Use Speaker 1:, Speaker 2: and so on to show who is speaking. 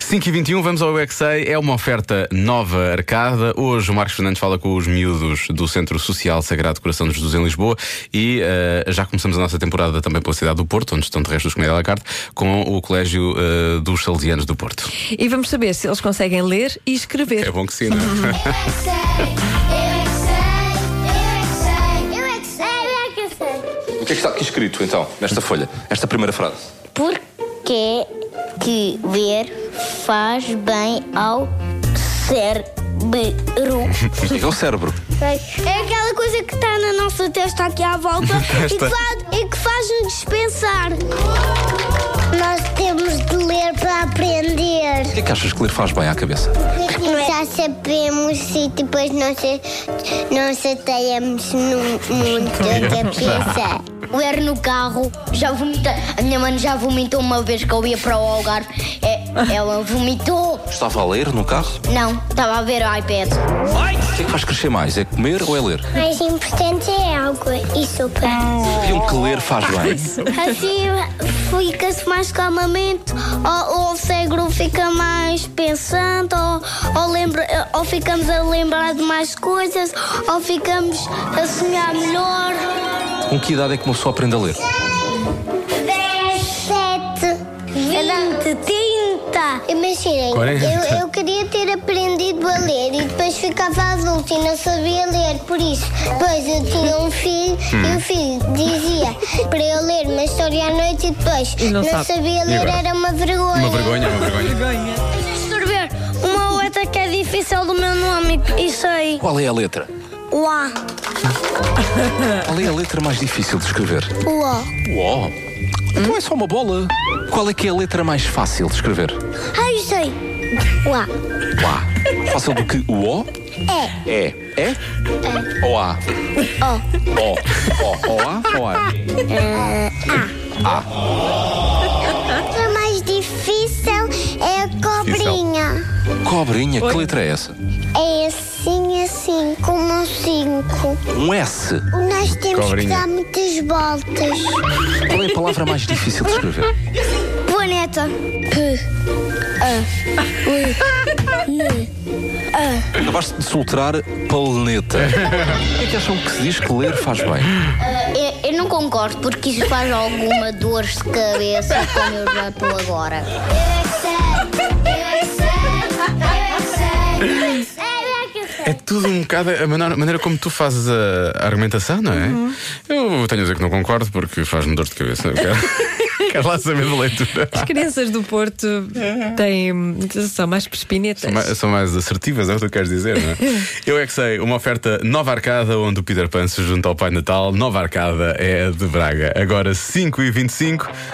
Speaker 1: 5h21, vamos ao UXA. É uma oferta nova arcada. Hoje o Marcos Fernandes fala com os miúdos do Centro Social Sagrado Coração de Jesus em Lisboa e eh, já começamos a nossa temporada também pela cidade do Porto, onde estão de resto os Comédia à la Carte, com o Colégio eh, dos Salesianos do Porto.
Speaker 2: E vamos saber se eles conseguem ler e escrever.
Speaker 1: É bom que sim, não é?
Speaker 3: Eu é que sei, eu é que sei, eu é que sei, eu é que sei, eu é que sei.
Speaker 4: O que é que está aqui escrito então, nesta folha, nesta primeira frase?
Speaker 3: Porquê que ver faz bem ao cérebro?
Speaker 4: O que é que é o cérebro?
Speaker 3: É aquela coisa que está na nossa testa aqui à volta e que faz, e que faz-nos dispensar. Nós temos de ler para aprender.
Speaker 4: O que é que achas que ler faz bem à cabeça?
Speaker 3: Já sabemos se depois não, se, não chateamos nu- muito é a cabeça.
Speaker 5: Eu era no carro, já vomitei. A minha mãe já vomitou uma vez que eu ia para o Algarve. É, ela vomitou.
Speaker 4: Estava a ler no carro?
Speaker 5: Não, estava a ver o iPad.
Speaker 4: O que é que faz crescer mais? É comer ou é ler?
Speaker 3: O mais importante é água e sopa.
Speaker 4: Diziam que ler faz bem.
Speaker 3: Assim fica-se mais calmamente, ou, ou o cérebro fica mais pensando, ou, ou, lembra, ou ficamos a lembrar de mais coisas, ou ficamos a sonhar melhor.
Speaker 4: Com que idade é que uma pessoa aprende a ler?
Speaker 3: 10, 7, 20, 30. Imaginem,
Speaker 1: Quarenta.
Speaker 3: eu, eu queria ter aprendido a ler e depois ficava adulto e não sabia ler, por isso. Depois eu tinha um filho
Speaker 1: Hum.
Speaker 3: e o filho dizia para eu ler uma história à noite e depois
Speaker 2: não
Speaker 3: não,
Speaker 2: sabe.
Speaker 3: sabia
Speaker 1: E
Speaker 3: ler,
Speaker 1: agora?
Speaker 3: era uma vergonha.
Speaker 1: Uma vergonha, uma vergonha.
Speaker 3: Escrever uma letra que é difícil do meu nome e sei.
Speaker 4: Qual é a letra?
Speaker 3: O A.
Speaker 4: Qual é a letra mais difícil de escrever?
Speaker 3: O O.
Speaker 4: Uó! Então é só uma bola. Qual é que é a letra mais fácil de escrever?
Speaker 3: Ai, sei. O A.
Speaker 4: Uá! Fácil do que o O?
Speaker 3: É.
Speaker 4: É. É? É. O A. O. O. O. O A? O A.
Speaker 3: A mais difícil é a cobrinha.
Speaker 4: Cobrinha, que letra é essa?
Speaker 3: É assim, assim, como um cinco.
Speaker 4: Um S.
Speaker 3: Nós temos que
Speaker 1: Cobrinha.
Speaker 3: dar muitas voltas.
Speaker 4: Qual é a palavra mais difícil de escrever?
Speaker 3: Planeta. P.
Speaker 4: Acabaste de soltar planeta. O que é que acham que se diz que ler faz bem?
Speaker 5: Eu, eu não concordo porque isso faz alguma dor de cabeça, como eu já estou agora.
Speaker 1: É tudo um bocado a maneira, a maneira como tu fazes a, a argumentação, não é? Eu tenho a dizer que não concordo porque faz-me dor de cabeça. Eu Quero, quero lá saber da leitura.
Speaker 2: As crianças do Porto têm, são mais
Speaker 1: São
Speaker 2: pespinetas.
Speaker 1: mais, são mais assertivas, é o que tu queres dizer, não é? Eu é que sei, uma oferta nova arcada onde o Peter Pan se junta ao Pai Natal. Nova arcada é a de Braga. Agora 5h25.